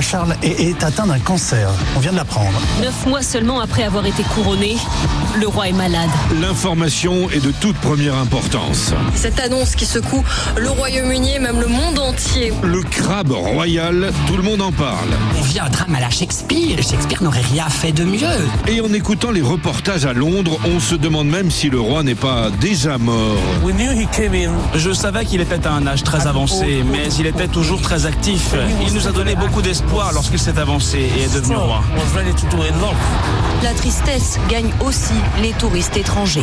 Charles est, est atteint d'un cancer. On vient de l'apprendre. Neuf mois seulement après avoir été couronné, le roi est malade. L'information est de toute première importance. Cette annonce qui secoue le Royaume-Uni et même le monde entier. Le crabe royal, tout le monde en parle. On vit un drame à la Shakespeare. Shakespeare n'aurait rien fait de mieux. Et en écoutant les reportages à Londres, on se demande même si le roi n'est pas déjà mort. Je savais qu'il était à un âge très avancé, mais il était toujours très actif. Il nous a donné beaucoup d'espoir lorsqu'il s'est avancé et est devenu roi. La tristesse gagne aussi les touristes étrangers.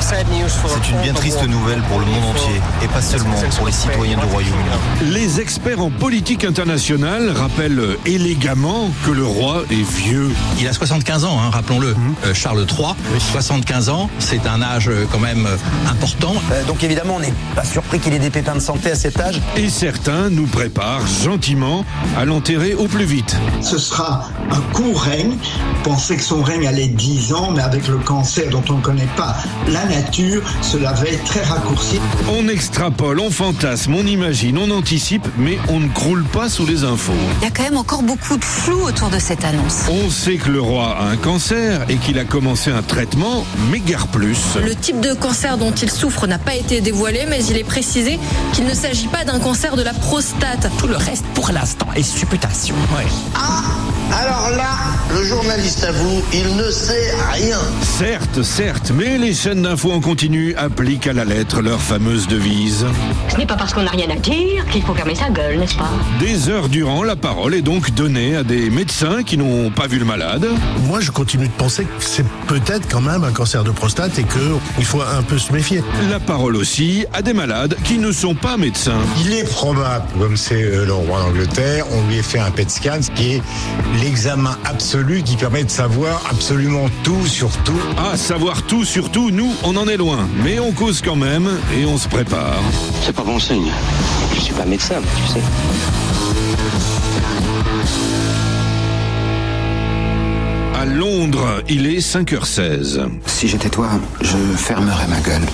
C'est une bien triste nouvelle pour le monde entier et pas seulement pour les citoyens du Royaume-Uni. Les experts en politique internationale rappellent élégamment que le roi est vieux. Il a 75 ans, hein, rappelons-le. Euh, Charles III, 75 ans, c'est un âge euh, quand même euh, important. Euh, donc évidemment, on n'est pas surpris qu'il ait des pépins de santé à cet âge. Et certains nous préparent gentiment à l'enterrer au plus vite. ce sera un court règne. Penser que son règne allait 10 ans, mais avec le cancer dont on ne connaît pas la nature, cela va être très raccourci. On extrapole, on fantasme, on imagine, on anticipe, mais on ne croule pas sous les infos. Il y a quand même encore beaucoup de flou autour de cette annonce. On sait que le roi a un cancer et qu'il a commencé un traitement, mais gare plus. Le type de cancer dont il souffre n'a pas été dévoilé, mais il est précisé qu'il ne s'agit pas d'un cancer de la prostate. Tout le reste, pour l'instant, est supputation. Ah, Alors là, le journaliste avoue, il ne sait rien. Certes, certes, mais les chaînes d'infos en continu appliquent à la lettre leur fameuse devise. Ce n'est pas parce qu'on n'a rien à dire qu'il faut fermer sa gueule, n'est-ce pas Des heures durant, la parole est donc donnée à des médecins qui n'ont pas vu le malade. Moi, je continue de penser que c'est peut-être quand même un cancer de prostate et qu'il faut un peu se méfier. La parole aussi à des malades qui ne sont pas médecins. Il est probable, comme c'est euh, le roi d'Angleterre, on lui a fait un PET scan, ce qui est l'examen absolu qui permet de savoir absolument tout sur tout. À savoir tout, surtout, nous, on en est loin. Mais on cause quand même et on se prépare. C'est pas bon signe. Je suis pas médecin, tu sais. À Londres, il est 5h16. Si j'étais toi, je fermerais ma gueule.